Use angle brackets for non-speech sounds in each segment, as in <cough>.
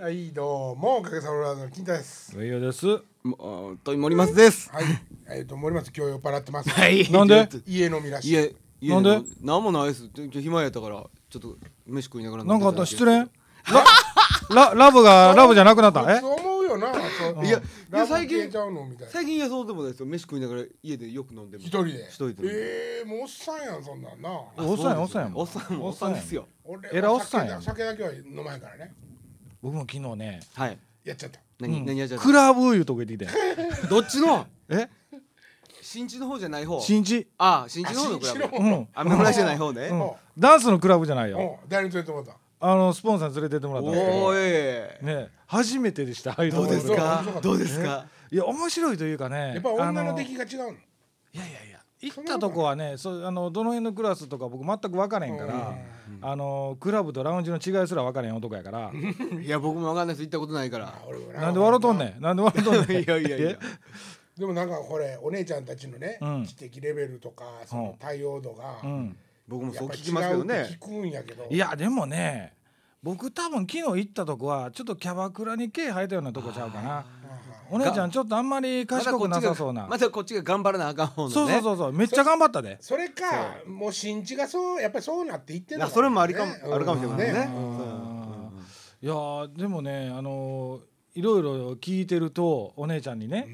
はい、どうも、おかげさまでの金太です。上与です。もうと森松です。はい、えっと、森松今日酔っ払ってます。いなんで家飲みらしい。家家なんでのなんもないです。ちょちょ暇やったからちょっと飯食いながらなんかあ飲っでたたのだけ失恋。 <laughs> ラララブがラブじゃなくなった。えそう思うよな。そういいやい最や最近近ちゃうのみたいな。最近いやそうでもないですよ。飯食いながら家でよく飲んでも一人で。一人で。ええ、もうおっさんやん、そんなんな。あおっさんやそうですよおおっっささんんやもおっさんですよ。俺えらおっさんやは酒だ酒だけは飲まへんからね。僕も昨日ね。はい。やっちゃった。何、うん何やっちゃったクラブいうとこ行ってきて。どっちのえ？新地の方じゃない方。新地。あ新地の方のクラあ新地のブ方。うん。雨村じゃない方ね。うんダンスのクラブじゃないよ。うん、誰に連れてもらった。あのスポンサーに連れてってもらったんですけおど。ーい。ね初めてでした。ああいうとどこう行でくすのか面白かった。どうですか。いや面白いというかね。やっぱ女のあ出来が違うの。いやいやいや行ったとこはねそうあのどの辺のクラスとか僕全く分からへんからあのクラブとラウンジの違いすら分からへん男やからいや僕もわかんないです。行ったことない <laughs> から。俺もなんで笑うとんねんなんで笑うとんねんいやいやいや。でもなんかこれお姉ちゃんたちのね、うん知的レベルとかその対応度が、うん僕もやそっうぱり聞違きますけうどって聞ね。くんやけどいやでもね僕多分昨日行ったとこはちょっとキャバクラに毛生えたようなとこちゃうかなお姉ちゃんちょっとあんまり賢くなさそうな、まだこっちが頑張らなあかん方のね。そうそうそうそうめっちゃ頑張ったでそれかもう新地がそうやっぱりそうなっていってんのあそれもありかもねあるかもしれませんねうんうんいやーでもねあのーいろいろ聞いてるとお姉ちゃんにね、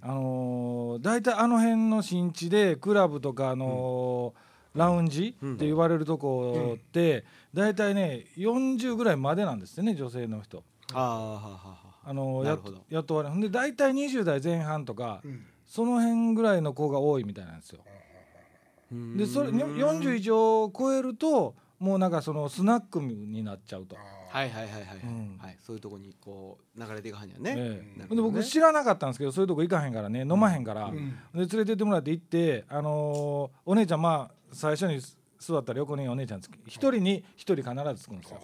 あのー大体あの辺の新地でクラブとかあのーラウンジって言われるとこって大体ね40ぐらいまでなんですよね女性の人。ああはあはあはあのーなやるほどやっとわれほんで大体20代前半とか、んその辺ぐらいの子が多いみたいなんですよ。あでそれに41を超えるともうなんかそのスナックになっちゃうと。はいはいはいはいはい、うんはい、そういうとこにこう流れていくはんやね。ええなほんでるほどね僕知らなかったんですけどそういうとこ行かへんからね飲まへんから、んで連れてってもらって行って、あのーお姉ちゃんまあ最初に座ったら横にお姉ちゃんつき一人に一人必ずつくんですよ。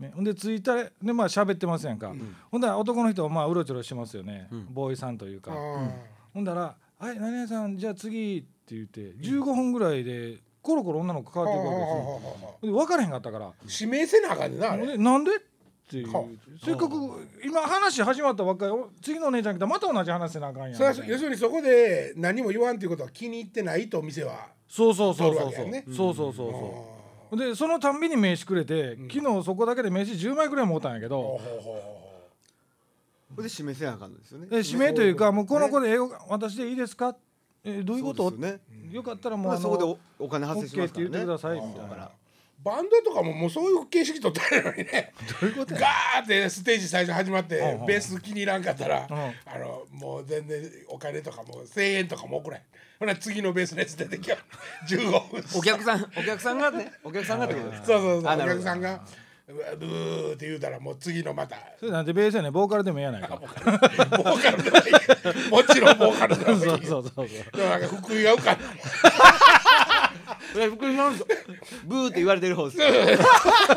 ね、ほんで着いたらでまあ喋ってますやんか、ほんだら男の人はまあうろちょろしますよね、うんボーイさんというか、うんほんだら「はい何々さんじゃあ次」って言って15分ぐらいでコロコロ女の子変わっていくわけですよ、ほんで分からへんかったから指名せなあかんねんなあれえなんでっていうはせっかく今話始まったばっかりお次のお姉ちゃん来たらまた同じ話せなあかんやんそれは要するにそこで何も言わんということは気に入ってないと店はそうそうそうそう取るわけそう,、やねそうそうそうそうでそのたんびに名刺くれて、昨日そこだけで名刺10枚くらい持ったんやけほうど、ほうほうこれで示せなあかんのですよね。え指名というかもうこの子で英語私でいいですかえどういうことそうですよね。よかったらもうまああのそこでおお金発生しますから OK ね。って言ってくださいみたいなだからバンドとかももうそういう形式取ったのにねどういうことガやーってステージ最初始まってうんうんベース気に入らんかったらうんあのもう全然お金とかもう1,000円とかも送らへんほな次のベースのやつ出てきゃ15分 <laughs> お客さんお客さんがね <laughs> お客さんがってことです。そうそうそうおあなる客ほどさんが「うわブー」って言うたらもう次のまたそれなんてベースやねんボーカルでもええやないかボーカルでもいいもちろんボーカルで <laughs> そうもいいそうそうそうでもなんか福井が浮かんだえ福井さんブーって言われてる方です。 <laughs>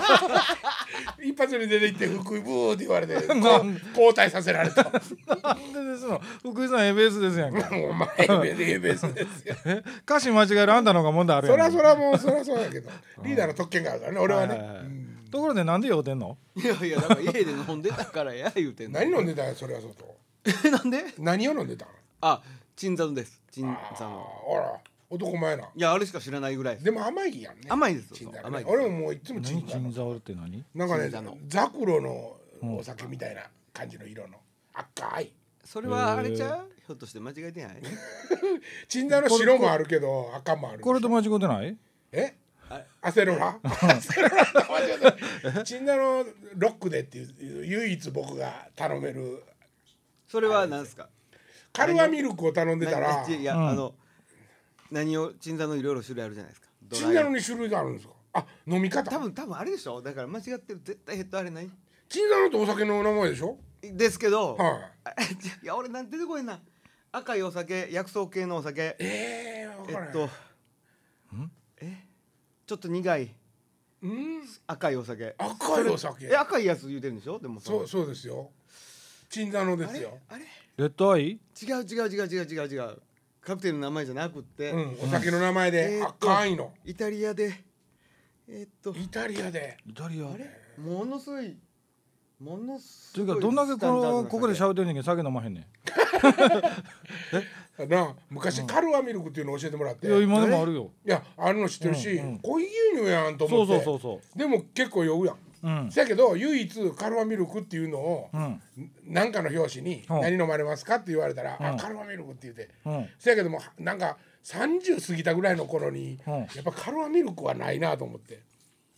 一発に出て行って福井ブーって言 <laughs> われてこうなん交代させられた <laughs> なんでですの福井さんええベースですやんかお前エベエベスですよえ <laughs> 歌詞間違えるあんたの方が問題あるや <laughs> そんりゃそりゃもうそりゃそうやけどリーダーの特権があるからね俺ははいはいはいねところでなんで酔うてんのいやいやだから家で飲んでたからや言うてんの。何飲んでたんやそれはそうとえなんで？何を飲んでたんあ鎮座のです鎮あ座あの。ほら男前ないやあれしか知らないぐらいです。でも甘いやんね甘いですよチンザね甘いです俺ももういつもチ何ンザ金沢って何なんかねチンザのザクロのお酒みたいな感じの色の赤いそれはあれちゃう？ひょっとして間違えてない？ <laughs> チンザの白もあるけど赤もあるこれと間違ってないえあアセロラアセロラと間違えたチンザのロックでっていう唯一僕が頼めるそれはなんですか？カルアミルクを頼んでたらなないや、うんあの何を鎮座のいろいろ種類あるじゃないですかチンザののに種類があるんですかあ飲み方多分多分あれでしょだから間違ってる絶対ヘッドあれないチンザのってお酒の名前でしょですけど、はいあ <laughs> いや俺なんて出てこいな赤いお酒薬草系のお酒ええー、分からへんっとえちょっと苦いうん赤いお酒赤いお酒え赤いやつ言うてるんでしょでもそのうそうですよチンザのであすれよあれレッドアイ違う違う違う違う違う違うカクテルの名前じゃなくって、うん、お酒の名前えでーっと赤いの、イタリアでえっとイタリアでイタリアあれものすごいものすというごかいどんだけこのここでゃ喋ってんねんけど酒飲まへんねん。あな昔カルアミルクっていうの教えてもらっていや今でもあるるよ。いやあるの知ってるし、うんうんコーヒー牛乳やんとそ思うってそうそうそでも結構酔うやんう。うんせやけど唯一カルアミルクっていうのをうん何かの表紙に「うん何飲まれますか?」って言われたら「うあんカルアミルク」って言ってうん。せやけどもなんか30過ぎたぐらいの頃にうんやっぱカルアミルクはないなと思って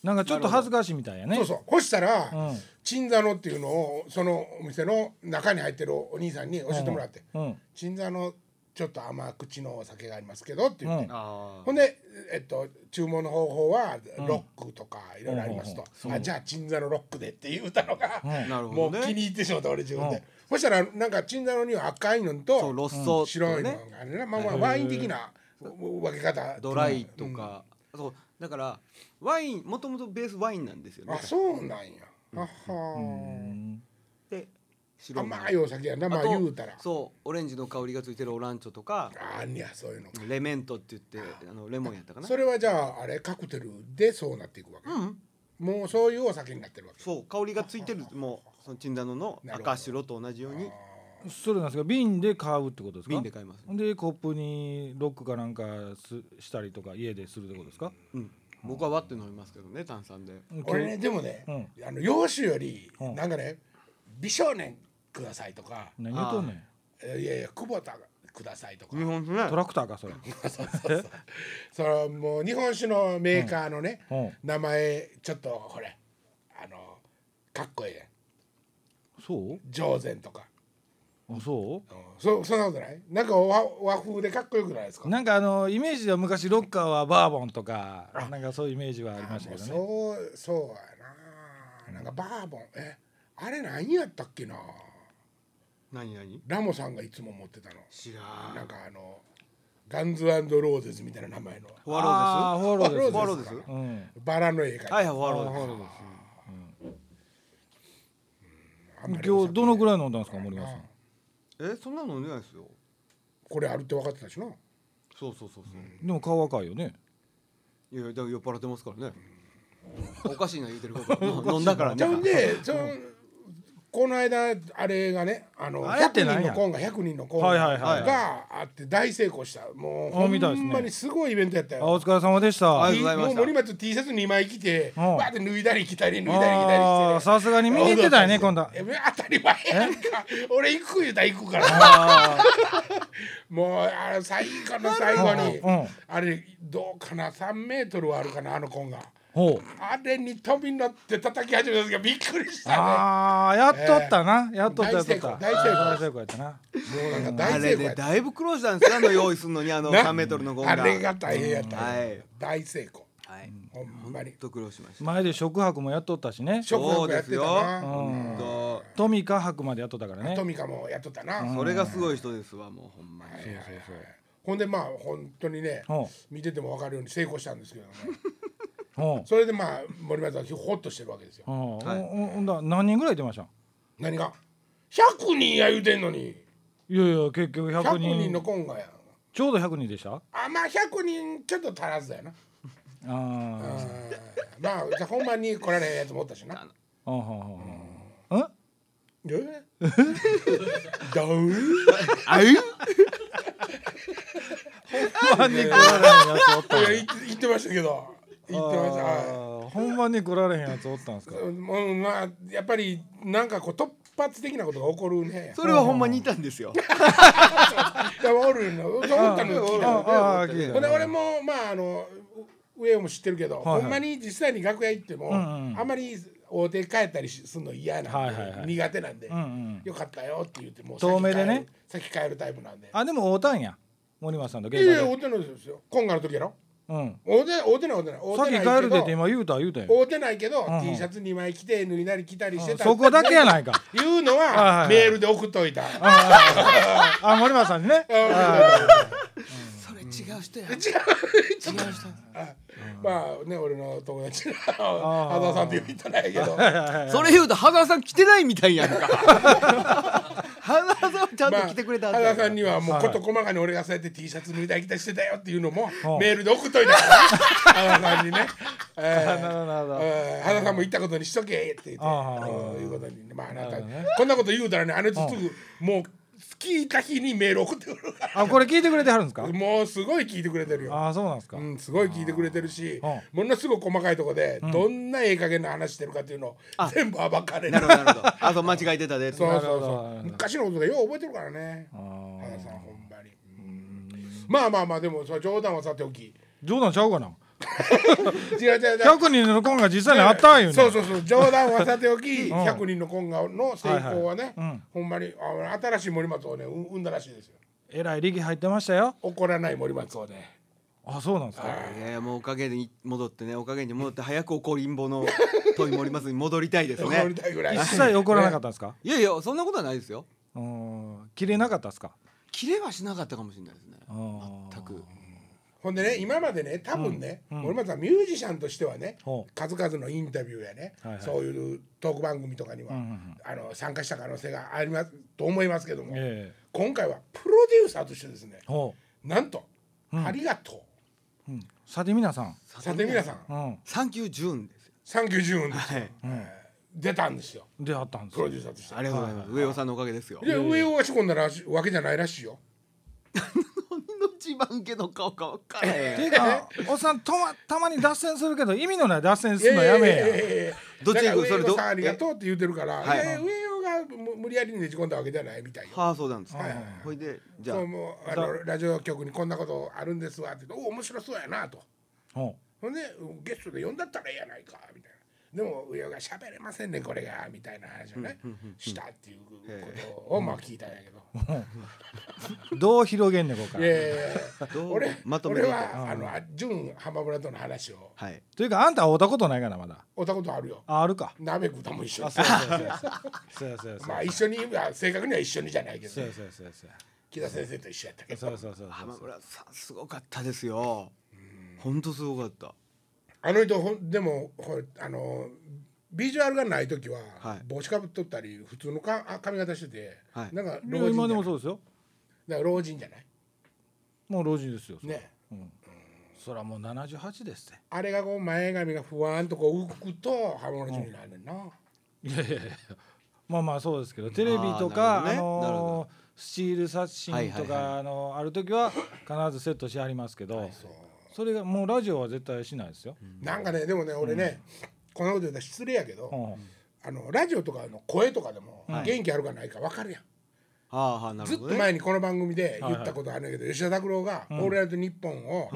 なんかちょっと恥ずかしいみたいやね。そうそう干したらうん鎮座のっていうのをそのお店の中に入ってるお兄さんに教えてもらってうん「鎮座のちょっと甘口のお酒がありますけど」って言ってうんあほんで、えっと、注文の方法はロックとかいろいろありますと、んあじゃあ鎮座のロックでって言うたのが、うんあなるもほうど気ねに入ってしまった俺自分で、うんそしたらなんか鎮座のには赤いのそうとロストと白いのねがあるな、まあまあワイン的な分け方ドライとかそうだからワインもともとベースワインなんですよあねそうなんや、あはうんで白ーワイン甘いお酒やなまああと言うたらそうオレンジの香りがついてるオランチョとかあんねやそういうのかレメントって言ってあのレモンやったかなそれはじゃああれカクテルでそうなっていくわけ、うんもうそういうお酒になってるわけそう香りがついてるもうそのチンダノのなるほど赤白と同じようにそれなんですが瓶で買うってことですか。瓶で買いますほんでコップにロックかなんかすしたりとか家でするってことですか。うん僕は割って飲みますけどね炭酸で俺ねでもね、うあの洋酒より、うんなんかね美少年くださいとか、何言うとんねん。えいやいや久保田くださいとか、日本酒ねトラクターかそれ。そのもう日本酒のメーカーのね、うん名前ちょっとこれあのかっこいいねそう？上善とか、あそう？うん、そそんなことないなんか和和風でかっこよくないですかなんかあのイメージでは昔ロッカーはバーボンとかあなんかそういうイメージはありましたけどあねもうそうそうやななんかバーボンえあれ何やったっけな何何ラモさんがいつも持ってたの知らなんんかあのガンズローゼズみたいな名前のフォアロあーでーフォアローですフォアローですうバラの映す画はいはいフォアローでん、す今日どのぐらいらい飲んだんですか森川さんえそんなの飲んでないですよこれあるって分かってたしなそうそうそうそうでも顔赤いよねいやいやだから酔っ払ってますからねおかしいな言うてる <laughs> ことはまあ飲んだからじゃあほんねでそのこの間あれがねあのあれって100なん人やのコンが100人のコンはいはいはいがあって大成功したもうあほみたいですねんまにすごいイベントやったあおよ疲れ様でした、はあありがとうございまもしうた森松 T シャツ2枚着てうんわーって脱いだり着たり脱いだり着たりしてあーねさすがに見に行ってたよねそう今そう度そうえ当たり前やんか俺行く言うたら行くからあ <laughs> もうあれ最後の最後ーにうんあれどうかな3メートルはあるかなあのコンがほうあれに飛び乗って叩き始めた時はびっくりしたあーやっとったな、やっとったやっとった大成功大成功あー大成功やったなねもうなんかあ大成功れやでっただいぶ苦労したんですよあの用意するのにあのな3メートルのゴンがあれが大変やったはい大成功はいほんまにと苦労しました前で食泊もやっとったしね食欲やってたうなうんとトミカ泊までやっとったからねトミカもやっとったなそれがすごい人ですわもうほんまにはいはいはいほんでまあ本当にねほ見てても分かるように成功したんですけどねうほそれでまあ森松はほっとしてるわけですようほうはいほんだ何人ぐらい出ました何が100人や言うてんのにいやいや結局100 100人人のコンガやちょうど100人でしたああまあ100人ちょっと足らずだよなあーうんまあじゃあ本番に来られへんやつもおったしな。あはははんえどうあゆほんまに来られへんやつおったいや言って言ってましたけど言ってましたはほんまに来られへんやつおったんですかい。もうまあやっぱりなんかこう突発的なことが起こるね。それはほんまにいたんですよいやおるの思ったの聞いたのああ聞いほたんで俺もまああのう上も知ってるけど、はいはいほんまに実際に楽屋行っても、んうんあんまり大手帰ったりしするの嫌なんで、はいはいはい苦手なんで、うんうんよかったよって言ってもう遠目でね先帰る先帰るタイプなんで。あでもおたんや森松さんとい現やい場や、で大手のですよ。今回の時やろ。うん大手、大手な、大手な。さ大っ手なきい帰けるどでって今言うた言うたよ大手ないけど、うんうん T シャツ2枚着て、脱いだり着たりしてた。そこだけやないか。いうのはいはいはは、いメールで送っといた。ああああ森松さんにねそれ違う人や違う、違うまあね、俺の友達の、あー羽田さんって言う人 <laughs> ないけど。 <laughs> それ言うと羽沢さん来てないみたいやんか羽沢さんは来ちゃんと来てくれたまあ、原田さんにはもうはい事細かに俺がそうやって T シャツ脱いだりたしてたよっていうのもうんメールで送っとい <laughs> たからね原田さんにね、えなるーほどなるほどうん原田さんも言ったことにしとけって言ってああうんいうことにねまああななたるほどねこんなこと言うたらねあの人すぐもう聞いた日にメール送ってくるかあこれ聞いてくれてはるんですからもうすごい聞いてくれてるよ。ああそうなんですか、うん、すごい聞いてくれてるしうん、ものすごく細かいとこで、どんなええ加減な話してるかっていうのを全部暴かれなるほどなるほどあと間違えてたでってそうそうなるほどなそるほう。ど昔のことがよう覚えてるからね。あー原さんほんまに。まあまあまあでもそれ冗談はさてお <laughs> き。冗談ちゃうかな違う違う違う。 100人のコンが実際にあったんよねそうそうそう冗談はさてお <laughs> き、ん100人の今後の成功はね、はいはいうんほんまにあ新しい森松をねう生んだらしいですよえらい力入ってましたよ怒らない森松をねあそうなんですかいやいやもうおかげに戻ってねおかげに戻って早く怒りんぼの問い森松に戻りたいです怒りねたいぐらい一切怒らなかったんですか、いやいやそんなことはないですようーん切れなかったですか切れはしなかったかもしれないですねあー全くほんでね今までね多分ね、うんうん森松はミュージシャンとしてはねほう数々のインタビューやね、はいはいそういうトーク番組とかには、うんうんうんあの参加した可能性がありますと思いますけども、え今回はプロデューサーとしてですねえほなんと、うんありがとう、うん、さて皆さん、うさて皆さんうんサンキュージューンですよサンキュージューンですよ、はいうん、出たんですよであったんですプロかデューサーとしてありがとうございます上尾さんのおかげですよいや上を仕込んだらしわけじゃないらしいよ。命番家の顔が分からへていうかおっさんとまたまに脱線するけど意味のない脱線するのいやめいいいやいやいやどっちだからそれ上ど尾さんありがとうって言ってるから、はいいやいや上尾がむ無理やりねじ込んだわけじゃないみたいよ。はあそうなんですかはいはいほいでじゃあそうもうあのラジオ局にこんなことあるんですわって言ってお面白そうやなと。ほほんでゲストで呼んだったらええやないかみたいな。でも上尾が喋れませんねこれがみたいな話をね、したっていうことをまあ聞いたんやけど。うどう広げんねんここかいらやいやいやどう俺まとめ俺ていこうはあのあ純浜村との話をはいというかあんた会うたことないかなまだおったことあるよ。ああるか鍋食うたもん一緒あにそうやそうやそうやそうやそうまあや一緒には正確には一緒にじゃないけどそうねやそうやそうやそうや木田先生と一緒やったけそうどやそうやそうや浜村さんすごかったですよ本当すごかったあの人ほんでもほらあのビジュアルがない時ははい帽子かぶっとったり普通のかあ髪型しててはいなんかいや老今人じでゃなもいそうですよだから老人じゃないもう老人ですよねそらもう78ですっあれがこう前髪がふわんとこう浮くと刃物になるねんなていやいやいやまあまあそうですけどテレビとあーかなあるほどねなるほのースチール刷新とはいはいはかあのーある時は必ずセットしてありますけどそうそれがもうラジオは絶対しないですよなんかねでもね俺ねこんなこと言うたら失礼やけうどんあのラジオとかの声とかでもはい元気あるかないか分かるやんはあはあなずるっほとどね前にこの番組で言ったことあるんだけど、吉田拓郎が「オールナイトニッポン」を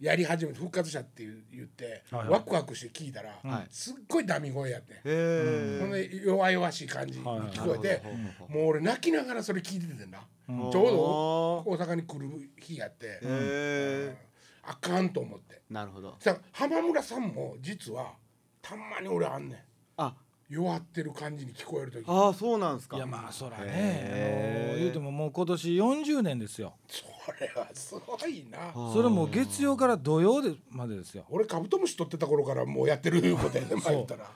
やり始めて復活したって言って、はいはいワクワクして聞いたら、はいすっごいダミ声やって、へほんで弱々しい感じに聞こえて、はいはいなるほどもう俺泣きながらそれ聞いててんな、うんちょうど大阪に来る日やって、えへあかんと思ってえなるほどさ浜村さんも実はたんまに俺あんねんあ弱ってる感じに聞こえる時ああそうなんですかいやまあそらねへあーの言うてももう今年40年ですよそれはすごいな。あーそれもう月曜から土曜でまでですよ俺カブトムシ取ってた頃からもうやってるいうことやね前言ったら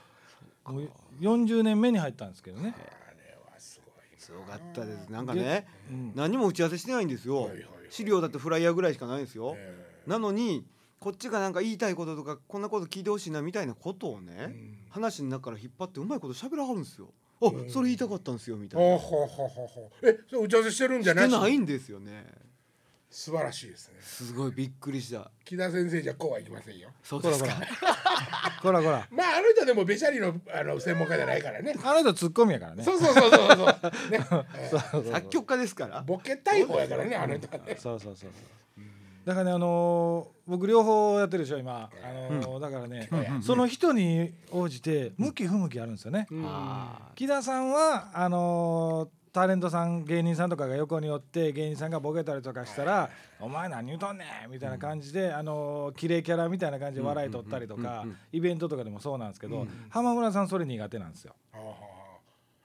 もう40年目に入ったんですけどねあれはすごいすごかったですなんかねうん何も打ち合わせしてないんですよはいはい資料だってフライヤーぐらいしかないんですよえなのにこっちがなんか言いたいこととかこんなこと聞いてほしいなみたいなことをうねん話の中から引っ張ってうまいこと喋らはるんですよあそれ言いたかったんですよみたいほうなほうほうほうほうえそれ打ち合わせしてるんじゃしなていないんですよね素晴らしいですねすごいびっくりした木田先生じゃこうはいきませんよそうこらですこらかこらこらまああの人でもべしゃりのあの専門家じゃないからねあなたツッコミやからねそうそうそうそうそうね、 <laughs> えー作曲家ですからボケたい方やからねあの人はねそうそうそうそう。だからねあのー僕両方やってるでしょ今あのーだからねその人に応じて向き不向きあるんですよね。あ木田さんはあのータレントさん芸人さんとかが横におって芸人さんがボケたりとかしたら「お前何言うとんねん!」みたいな感じで、あのー綺麗キャラみたいな感じで笑い取ったりとか、イベントとかでもそうなんですけど、浜村さんそれ苦手なんですよ。あーー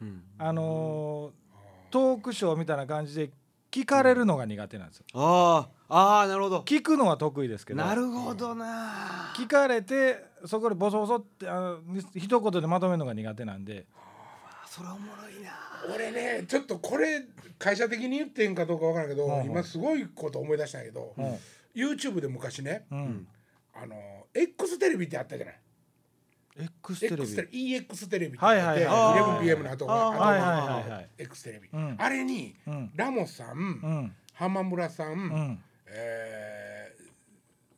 うんあのートークショーみたいな感じで聞かれるのが苦手なんですよ。あーあーなるほど聞くのは得意ですけどなるほどな聞かれてそこでボソボソってあの一言でまとめるのが苦手なんでそれおもろいな俺ねちょっとこれ会社的に言ってんかどうかわからんけど、うんうん今すごいこと思い出したんやけど、うん YouTube で昔ねうんあの X テレビってあったじゃない X テレ X ビテレビ EX テレビってはいはいは11い p m の後あー後はいはいはいはい X テレビ、うんあれにうんラモさん、うん浜村さん、うんえー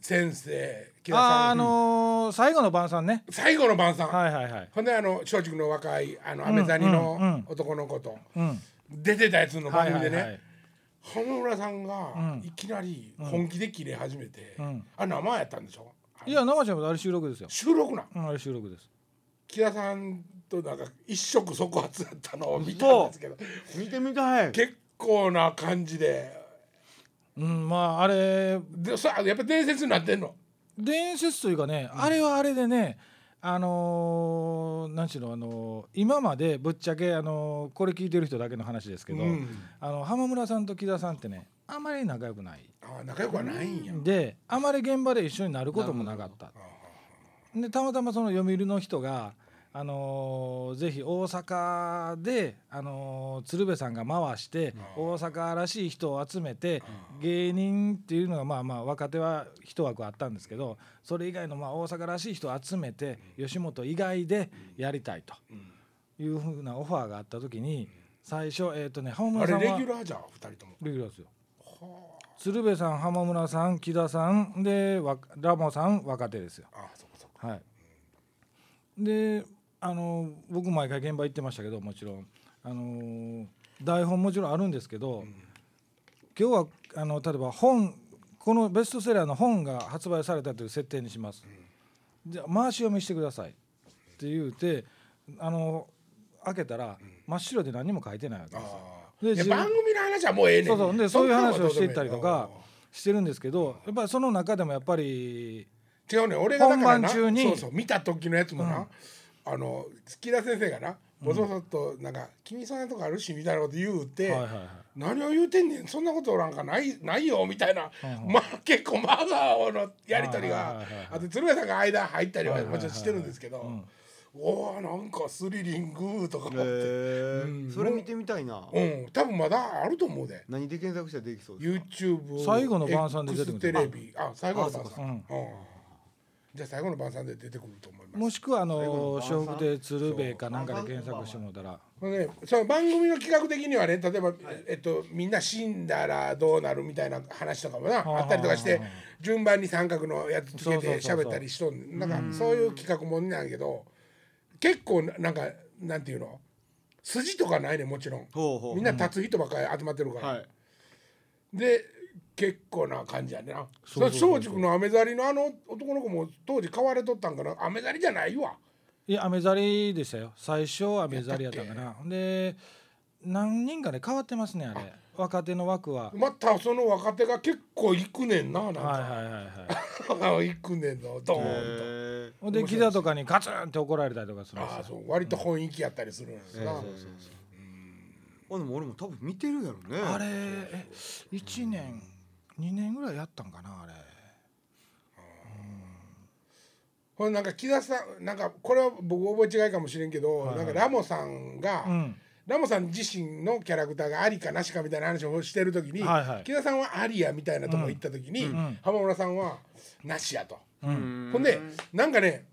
先生木田さんあーあのー最後の晩餐ね最後の晩餐、はいはいはいほんであの松竹の若いあのアメザニうんうんうのん男の子とうん出てたやつのは番いは組でいね、はい浜村さんがうんいきなり本気で切れ始めて、うんあ生やったんでしょあのいや生ちゃんもあれ収録ですよ収録なんうんあれ収録です木田さんとなんか一触即発だったのを見たんですけど見てみたい結構な感じでうんまああれでそやっぱ伝説になってんの伝説というかね、あれはあれでねあのー、なんちゅうの、あのー今までぶっちゃけ、あのーこれ聞いてる人だけの話ですけど、うんあの浜村さんと木田さんってねあまり仲良くないあ仲良くはないんや、であまり現場で一緒になることもなかったでたまたまその読売の人が、あのーぜひ大阪で、あのー鶴瓶さんが回してうん大阪らしい人を集めて芸人っていうのがまあまあ若手は一枠あったんですけどそれ以外のまあ大阪らしい人を集めて吉本以外でやりたいとうんいうふうなオファーがあった時に最初えっ、とね浜あ村れさんレはギュラーじゃん二人ともレギュラーですよ。は鶴瓶さん浜村さん木田さんでわラモさん若手ですよああそっかそっかはいであの僕毎回現場行ってましたけどもちろんあの台本もちろんあるんですけど、今日はあの例えば本このベストセラーの本が発売されたという設定にします、じゃあ回し読みしてくださいって言うてあの開けたら真っ白で何も書いてないわけですよあであで自分番組の話はもうええねんそうそうでそういう話をしていったりとかそんなんはどうでもいいああしてるんですけどやっぱりその中でもやっぱり違うね俺がだから本な番中にそうそう見た時のやつもな、あの月田先生がなボソボソっとなんか「君そんなとこあるし」みたいなこと言うて、はいはいはい何を言うてんねんそんなことなんかないないよみたいな、うんまあ結構マガーのやり取りがはいはいはいはいあと鶴瓶さんが間入ったりははいはいもはいちろんしてるんですけど、うんおーなんかスリリングとか思って、えそれ見てみたいなうん多分まだあると思うで何で検索したらできそうですか YouTube 最後の晩餐で出てくる X テレビあ最後の晩あそうか餐、うんじゃあ最後の晩餐で出てくると思いますもしくはあの最後笑の晩餐福亭鶴瓶かなんかで検索してもらったらまあね、その番組の企画的にはね例えば、えっと、みんな死んだらどうなるみたいな話とかもな、はああったりとかして、はあは順番に三角のやつつけそうそうてそうそう喋ったりしとんなんかそういう企画もんなんやけど結構ななんかなんていうの筋とかないねもちろんほうほうみんな立つ人ばっかり集まってるから、はいで結構な感じやねなそそれうそうそうそう松竹のアメザリのあの男の子も当時買われとったんかなアメザリじゃないわいや雨ざりでしたよ最初雨ざりやったかなで何人かね変わってますねあれ若手の枠はまたその若手が結構行くねんななんか。はいはいはいはい行くねんのドへーンと。ーほんで木田とかにガツンって怒られたりとかするんですあよあそう割と本意気やったりするんですな。そうそうそうあでも俺も多分見てるやろねあれえ1年2年ぐらいやったんかなあれほんでなんか木田さんなんかこれは僕覚え違いかもしれんけど、なんかラモさんが、うんラモさん自身のキャラクターがありかなしかみたいな話をしてる時に、はいはい木田さんはありやみたいなとこ行った時に、ん浜村さんはなしやと。うんほんでなんかね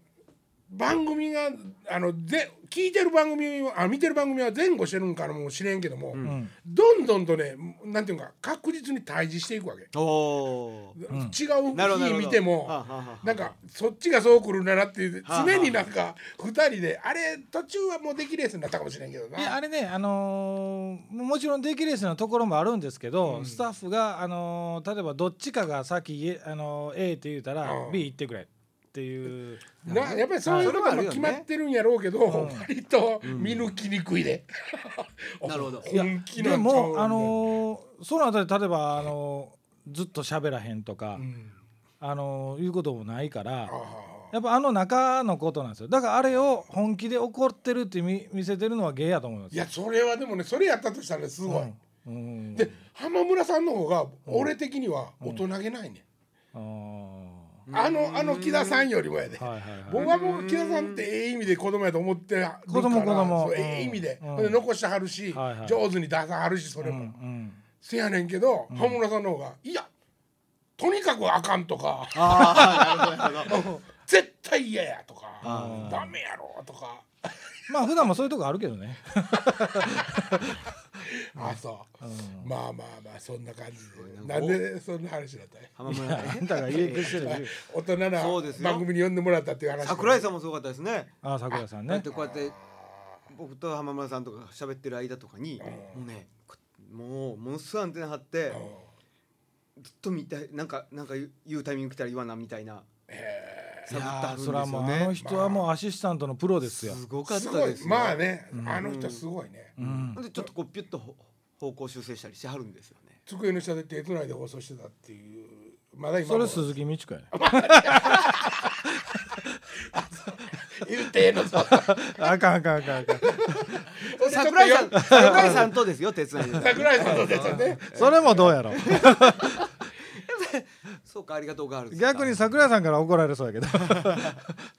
番組があのぜ聞いてる番組はあ見てる番組は前後してるんかもしれんけども、んどんどんとねなんていうか確実に対峙していくわけ、おおー違うなるほどな日るほ見どてもはあはあはあなんかそっちがそう来るんだなっていうはあはあ常になんか2人であれ途中はもうできレースになったかもしれんけどないやあれね、あのーもちろんデイケレースのところもあるんですけど、スタッフが、あのー例えばどっちかが先言え、あのー A って言うたらうん B 行ってくれっていう、なやっぱりそういうのはいそれはあがるよ決ねまってるんやろうけど、割と見抜きにくいで、 <laughs> なるほど <laughs> 本気なんちでゃうも、あのーそのあたり例えば、あのーずっと喋らへんとか、うんあのーいうこともないかあら。あやっぱあの中のことなんですよだからあれを本気で怒ってるって見見せてるのは芸やと思いますいやそれはでもねそれやったとしたらすごい、うんで浜村さんの方が俺的には大人げないね、あーあのあの木田さんよりもやで、はいはいはい僕はもう木田さんってええ意味で子供やと思ってるから子供子供そううんええ意味で,、うんで残してはるし、はいはい上手に出さはるしそれうも、んせやねんけど浜村さんの方が「いやとにかくあかん」とかああなるほどなるほど「絶対嫌や」とか「あダメやろ」とかうんまあ普段もそういうとこあるけどね。あそう、うまあまあまあそんな感じでなんでそんな話だったんや浜村あんたが家出してる理由。大人なそうですよ番組に呼んでもらったっていう話桜井さんんもすごかったですねあ桜井さんだっねて。こうやって僕と浜村さんとか喋ってる間とかにもうねこもうものすごいアンテナ張ってずっと見たいなんかなんか言う言うタイミング来たら言わなみたいいな探ってはやるーんですそれはもようあのね人はもうアシスタントのプロですよ。すごかっすたごでいすよまあねあの人すごいね、うん。でちょっとこうピュッとほ方向修正したりしてはるんですよね机の下で手繋いで放送してたっていうまだ今そもれ鈴木美智子やね。言うてええのさあかんあかんあかんあかん。桜井さ <laughs> ん桜井さんとですよ手伝いで桜井さんとですよねそれもどうやろ。そうかありがとうガールズ逆に桜井さんから怒られそうやけど。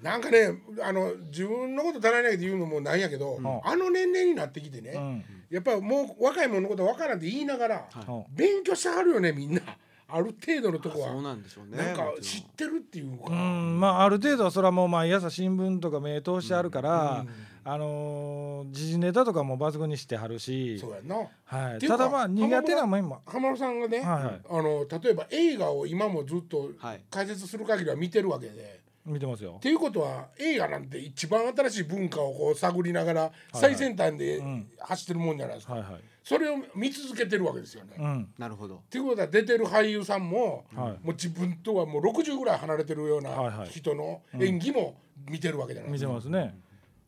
なんかねあの自分のこと足らないって言うのもなんやけど、あの年齢になってきてね、んやっぱりもう若い者のこと分からんって言いながら、はい勉強してはるよねみんなある程度のとこはそうなんでしょうねなんかも知ちってるっていうか、うんまあある程度はそれはもう毎朝新聞とか目通してあるから、あのー時事ネタとかも抜群にしてはるしそう、やんなはっい、ていうかただまあ苦手なもん今浜野さんがね、はいはいあの例えば映画を今もずっとはい解説する限りは見てるわけで。見てますよっ。ていうことは映画なんて一番新しい文化をこう探りながら最先端で走ってるもんじゃないですか、はいはい。それを見続けてるわけですよね。うっん。ろんなるほどていうことは出てる俳優さんも、はいもう自分とはもう60ぐらい離れてるようはいはない人の演技も見てるわけじゃないで見すてか、ますね。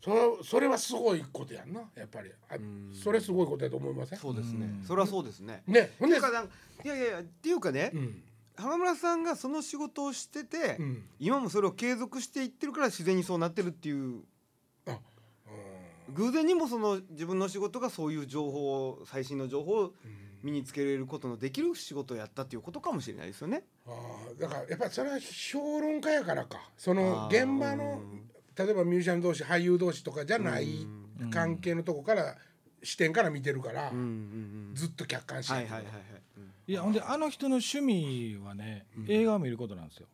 それはそれはすごいことやんなやっぱりあそれすごいことやと思いませんそうですねそれはそうですねねほんてでいうかなんかいやいやいやっていうかねうん浜村さんがその仕事をしてて、うん今もそれを継続していってるから自然にそうなってるっていうあ偶然にもその自分の仕事がそういう情報を最新の情報をうん身につけれることのできる仕事をやったっていうことかもしれないですよね。あーだからやっぱりそれは評論家やからかそのあ現ー場のうん例えばミュージシャン同士俳優同士とかじゃないうん関係のとこから視点から見てるから、うんうんうんずっと客観視はやいけどはいはいはい。うんいやほんであの人の趣味はね、映画を見ることなんですよ。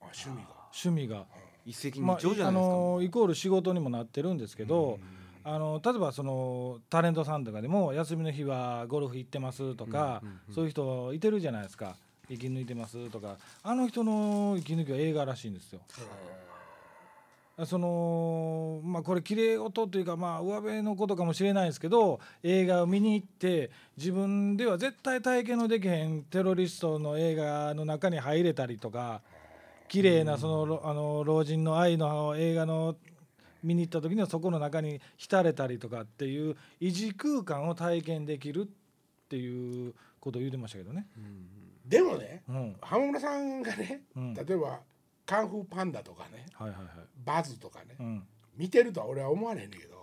あ趣味が趣味が。一石まあ二鳥じゃあないですか。のーイコール仕事にもなってるんですけど、あのー例えばそのタレントさんとかでも休みの日はゴルフ行ってますとか、うんうんうんそういう人いてるじゃないですか息抜いてますとかあの人の息抜きは映画らしいんですよ。そのまあこれ綺麗事というかまあ上辺のことかもしれないですけど映画を見に行って自分では絶対体験のできへんテロリストの映画の中に入れたりとか綺麗なそのろあの老人の愛の映画の見に行った時にはそこの中に浸れたりとかっていう維持空間を体験できるっていうことを言ってましたけどね。でもねうん、浜村さんがね、うん例えばカンフーパンダとかねはいはいはい。バズとかね、うん、見てるとは俺は思われへんねんけど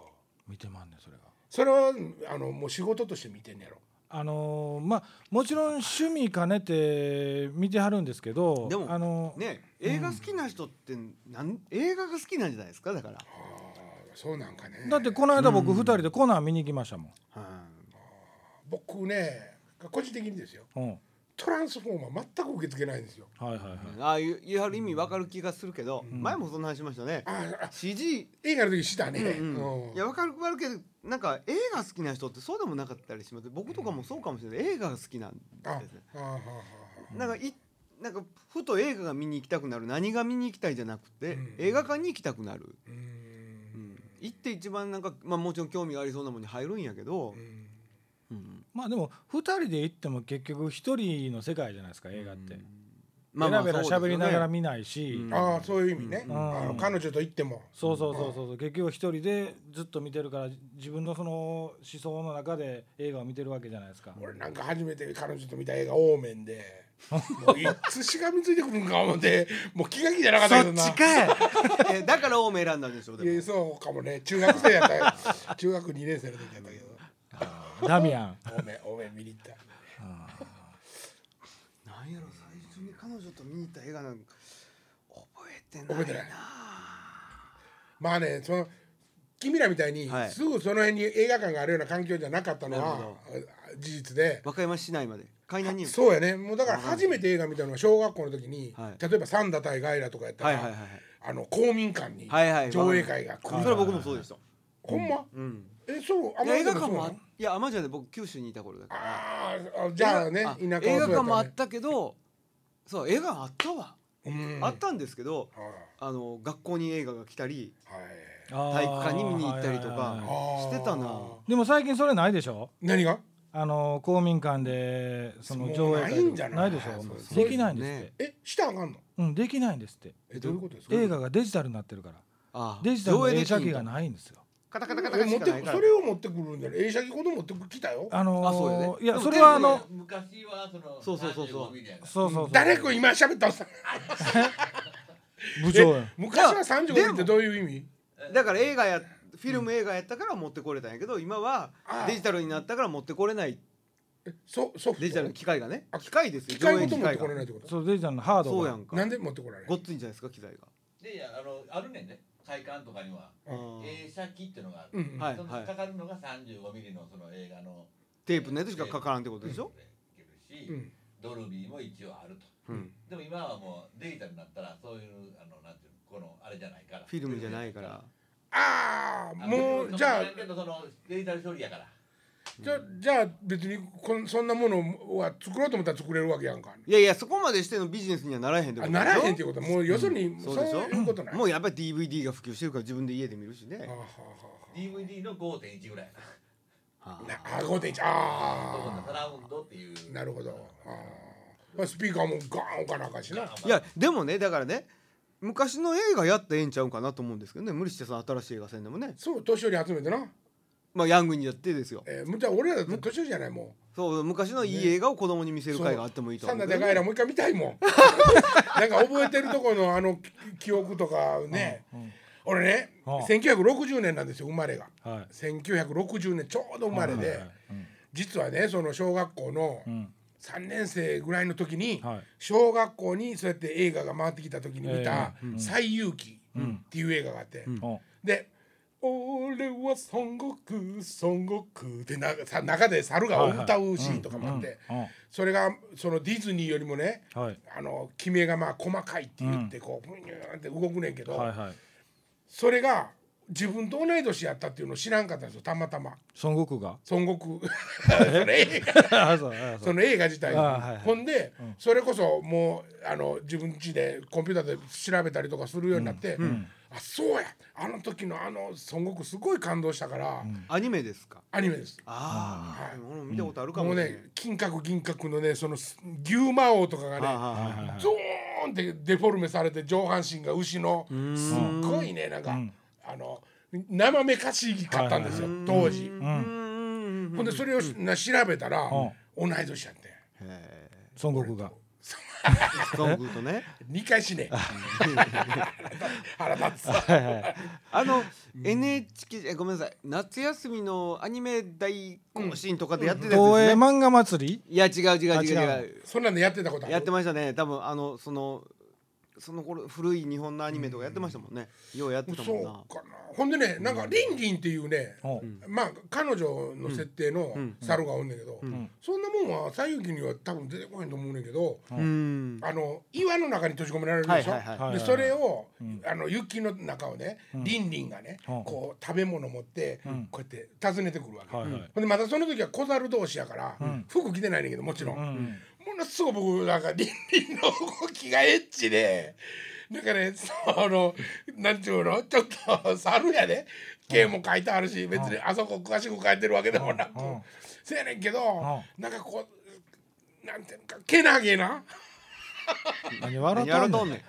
見てまんねそれが。それはあのもう仕事として見てんねやろあのーまあもちろん趣味兼ねて見てはるんですけどでもあのーね映画好きな人ってなん映画が好きなんじゃないですかだから。あーそうなんかねだってこの間僕2人でコナン見に行きましたもん。はい僕ね個人的にですようん、トランスフォーマー全く受け付けないんですよはいはいはい。ああいうやる意味わかる気がするけど、前もそんな話しましたねあ。ーあ CG 映画の時したね、うんううんん、いやわかるわかるけどなんか映画好きな人ってそうでもなかったりします僕とかもそうかもしれない映画が好きなんああですねああああなんかいなんかふと映画が見に行きたくなる何が見に行きたいじゃなくて、映画館に行きたくなる、うーうんん、行って一番なんか、まあ、もちろん興味がありそうなものに入るんやけどう、んうんまあでも2人で行っても結局1人の世界じゃないですか映画って。まあベまあラベラ喋りながらそう見ないし、うんああそういう意味ね、うんあの彼女と行ってもそうそうそうそうそう結局1人でずっと見てるから自分のその思想の中で映画を見てるわけじゃないですか。俺なんか初めて彼女と見た映画「オーメン <laughs> で」もういつしがみついてくるんか思ってもう気が気じゃなかったけどですよねなそっちかいえだからオウム選んだんでしょういやでそうかもね中学生やったよ <laughs> 中学2年生の時やったけどダミアン。オーメンオーメン見に行ったもなんやろ最初初に彼女と見に行った映画なんか覚えてないな覚えてないまあねその君らみたいにはいすぐその辺に映画館があるような環境じゃなかったのなるほは事実で和歌山市内まで海南にもそうやねもうだから初めて映画見たのは小学校の時にはい例えば「サンダ対ガイラ」とかやったはいはいはいらあの公民館にはいはい上映会が来はいそるれは僕もそうでしたほんまうんえそうあいまやり映で画もそうな館もあのいやアマジアで僕九州にいた頃だからあーあじゃあねあ田舎は映画そうや館っもあたっねたけどそう映画館あったわうんあったんですけどはいあの学校に映画が来たりはい体体育館に見に行ったりとかあーしてたなでも最近それないでしょ何があの公民館でそのそう上映会ないんじゃないないでしそうょそうできないんですってえねしたらあかんのうんできないんですってえどういうことですか映画がデジタルになってるからああデジタルの映写機上映できがんだないんですよカタカタカタカタ持しっかてないからそれを持ってくるんじゃない映写機ごと持ってきたよあのーあそうやねいやでもそれはあの昔はそのそうそうそうそう35ミリやからそうそうそう誰か今喋ったおっさん部長えや昔は35ミリっでてもどういう意味だから映画やフィルム映画やったから持ってこれたんやけど今はああデジタルになったから持ってこれないソソフトデジタルの機械がねあ機械ですよ機械ごと機持って械これながいってことそうデジタルのハードがそうやんかなんで持ってこられごないっついんじゃないですか機材がでいやあのあるねんね会館とかにはあー映写機っていうのがある、うんうんはいそのかかるのが35ミリのその映画のテープのやつしかかからんってことでしょテープでいけうるし、んドルビーも一応あるとうんでも今はもうデジタルになったらそういうあのなんていうのこのあれじゃないからフィルムじゃないからああもうじゃあそのデジタル処理やからじゃあじゃあ別にこんそんなものは作ろうと思ったら作れるわけやんかいやいやそこまでしてのビジネスにはならへんってあことでしなょらへんっていうことはもう要するにそそううでしょいうことないもうやっぱり DVD が普及してるから自分で家で見るしあーねはーは DVD の5.1ぐらいやなはーはーあなあ5.1あそうサラウンドっていうあなるほどあーまあスピーカーもガーン置かなあかんしないやでもねだからね昔の映画やったらええんちゃうんかなと思うんですけどね無理してその新しい映画せんでもねそう年寄り集めてなまあヤングにだってですよえー、じゃあ俺らだって年寄りじゃないもそう昔のいい映画を子供に見せる会があってもいいうと思サうンけダーでどね、ガイラもう一回見たいもん <laughs> なんか覚えてるとこのあのき記憶とかね、うん俺ねああ1960年なんですよ生まれがはい1960年ちょうど生まれで、はいはいはい実はねその小学校のうん3年生ぐらいの時に、はい小学校にそうやって映画が回ってきた時に見たええう「ん西遊記」っていう映画があって、うんうんで「俺は孫悟空孫悟空」ってなさ中で猿が歌うシーンとかもあって、うそれがそのディズニーよりもねんはいあの決めがまあ細かいって言ってこうブニューンって動くねんけど、はいはいそれが自分と同い年やったっていうのを知らんかったんですよたまたま孫悟空が孫悟空 <laughs> それ映画あそうあそそうの映画自体が、あはいはいほんで、それこそもうあの自分家でコンピューターで調べたりとかするようになって、あそうやあの時のあの孫悟空すごい感動したから、アニメですかアニメです。ああ、うん俺も見たことあるかももうしれないね金閣銀閣のねその牛魔王とかがねああはいはいゾーンってデフォルメされて上半身が牛のんすっごいねなんか、うんあの生めかしかったんですよ、うん当時、うんうんほんでそれをな調べたら、同い年やってへえ孫悟空がソングとね2回死ね腹立つあの NHK えごめんなさい夏休みのアニメ大行進とかでやってたやつです東映ね、漫画祭りいや違う違うあ違う違うそんなんでやってたことあるやってましたね多分あのそのその頃古い日本のアニメとかやってましたもんね、ようやってたそもうんかななほんでねなんかリンリンっていうね、うんまあ彼女の設定の猿がおんねんけど、んそんなもんは西遊記には多分出てこへんと思うねんけど、うんあの岩の中に閉じ込められるはいでしょ、はいはいはいでそれを、あの雪の中をね、リンリンがね、うんこう食べ物持って、うんこうやって訪ねてくるわけ、はいはいほんでまたその時は小猿同士やから、ん服着てないねんけどもちろん、うんうんものすごく僕なんかリンリンの動きがエッチでなんかねそのなんちゅうのちょっと猿やで毛も書いてあるし別にあそこ詳しく書いてるわけでもなくうんせやねんけどなんかこうなんていうんかけなげな。何何笑やっろとうんとね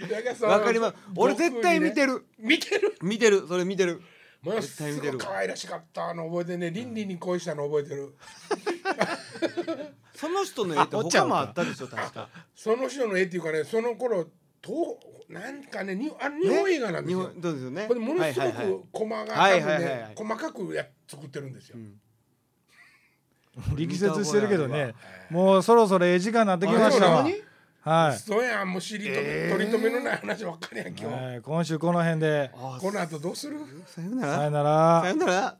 んんねなんかそんのわかります俺絶対見てるる見てる見てるそれ見てるものす絶対見てごるくわ可愛らしかったの覚えてねリンリンに恋したの覚えてるその人の絵っておっちゃ他んもかあったでしょ確かその人の絵っていうかねその頃東なんかねにあの日本映画なんですよ、日本そうですよねこれものすごはいはいはいく細かくね、はいはいはいはい細かくやっ作ってるんですよ。ん力説してるけどねもうそろそろええ時間になってきましたわあれ何はい、そうやんもう尻とえー取り留めのない話ばっかりやん今日はい今週この辺であこの後どうするさようなさよらならさようなら